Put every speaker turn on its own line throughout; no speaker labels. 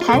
台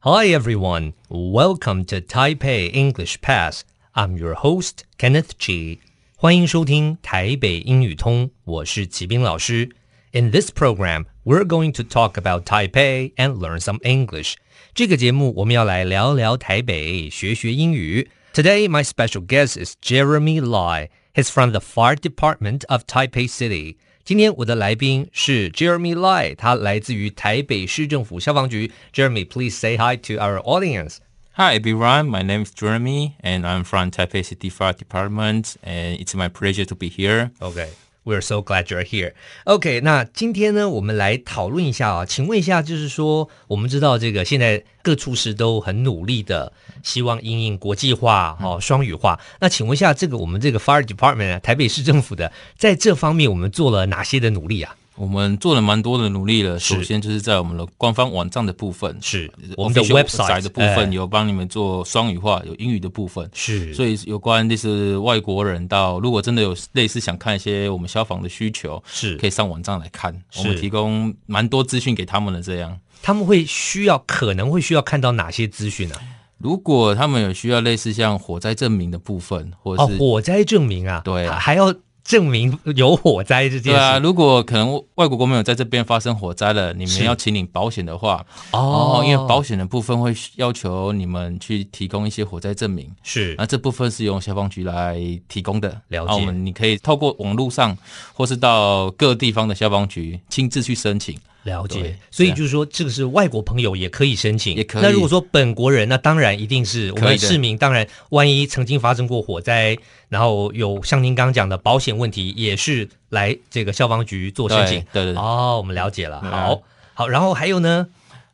Hi everyone. Welcome to Taipei English Pass. I'm your host Kenneth Chi. 欢迎收听台北英语通，我是齐斌老师。In this program, we're going to talk about Taipei and learn some English. 这个节目我们要来聊聊台北，学学英语。Today, my special guest is Jeremy Lai. He's from the Fire Department of Taipei City. 今天我的来宾是 Jeremy Lai，他来自于台北市政府消防局。Jeremy, please say hi to our audience.
Hi everyone, my name is Jeremy and I'm from Taipei City Fire Department and it's my pleasure to be here.
OK。We're so glad you're here. OK，那今天呢，我们来讨论一下啊，请问一下，就是说，我们知道这个现在各处室都很努力的，希望因应国际化、哦双语化。那请问一下，这个我们这个 Fire Department 啊，台北市政府的，在这方面我们做了哪些的努力啊？
我们做了蛮多的努力了，
是
首先就是在我们的官方网站的部分，
是
呃
我们的
official
website
的部
哎
分有帮你们做双语化，有英语的部分。
是
所
以
以有关就是外国人到，如果真的有类似想看一些我们消防的需求，
是
可以上网站来看，
是
我们提供蛮多资讯给他们的这样。
他们会需要，可能会需要看到哪些资讯啊？
如果他们有需要类似像火灾证明的部分，或者
哦，
是
火灾证明啊，
对啊
还要证明有火灾这件
对
事。
啊，如果可能外国国民有在这边发生火灾了，你
是
们要请领保险的话，
哦，
因为保险的部分会要求你们去提供一些火灾证明，
是
那这部分是由消防局来提供的。
了解
然后我们你可以透过网络上，或是到各地方的消防局亲自去申请。
了解
对，
所以
这样
就是说，这个是外国朋友也可以申请，
也可以
那如果说本国人，那当然一定是我
可以
们
的
市民，当然万一曾经发生过火灾，然后有像您刚刚讲的保险问题，也是来这个消防局做申请。
对对对
哦，我们了解了。
对啊
好，好，然后还有呢？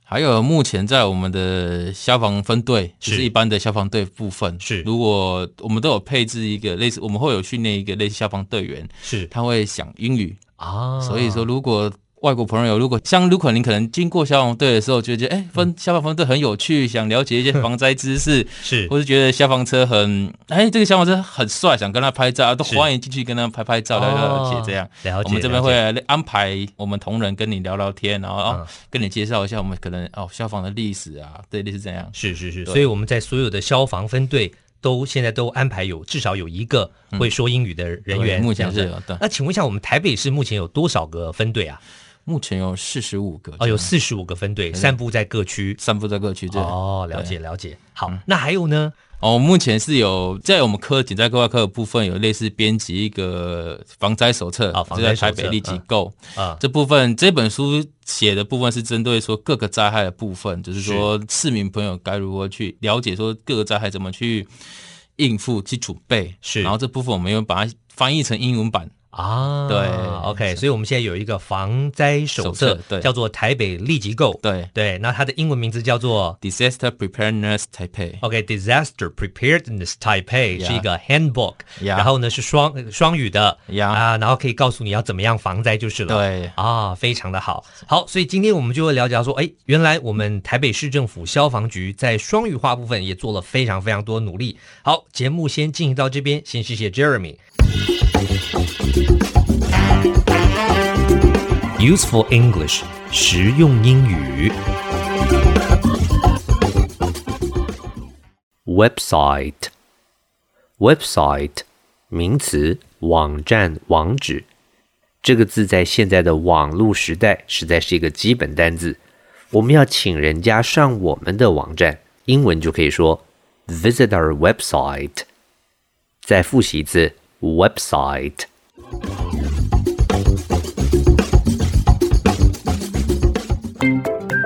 还有目前在我们的消防分队，
是
就是一般的消防队部分，
是
如果我们都有配置一个类似，我们会有训练一个类似消防队员，
是
他会讲英语，
啊，
所以说，如果外国朋友，如果像如果你可能经过消防队的时候，就觉得哎，分消防分队很有趣，想了解一些防灾知识，
是
或是觉得消防车很哎，这个消防车很帅，想跟他拍照，都
是
欢迎进去跟他拍拍照，聊聊
哦
解这样。
了解
我们这边
了解嗯
会安排我们同仁跟你聊聊天，然后哦，跟你介绍一下我们可能哦消防的历史啊，对，类似这样。
是是是，
对
所以我们在所有的消防分队都现在都安排有至少有一个会说英语的人员，
嗯对目前
这样子
是有的
那请问一下，我们台北市目前有多少个分队啊？
目前有四十五个
哦，有四十五个分队，散布在各区。
散布在各区这样。
哦，了解了解。好，
嗯
那还有呢？
哦，目前是有在我们科警在规划科的部分有类似编辑一个防灾手册
啊防
就
灾
在
手册
台北立即购、
啊
这部分这本书写的部分是针对说各个灾害的部分，就是说市民朋友该如何去了解说各个灾害怎么去应付去准备，
是
然后这部分我们又把它翻译成英文版，
啊，
对
，OK，所以我们现在有一个防灾手册
手册，对
叫做台北立即购。
对
对，那它的英文名字叫做
，Disaster Preparedness Taipei。
OK，Disaster Preparedness Taipei
Yeah
是一个 handbook，
Yeah
然后呢是双双语的
Yeah
啊，然后可以告诉你要怎么样防灾就是了。
对
啊，非常的好。好，所以今天我们就会了解到说，哎，原来我们台北市政府消防局在双语化部分也做了非常非常多努力。好，节目先进行到这边，先谢谢 Jeremy。Useful English，实用英语。
website website 名词，网站、网址。这个字在现在的网络时代实在是一个基本单字。我们要请人家上我们的网站，英文就可以说 visit our website。再复习一次 website。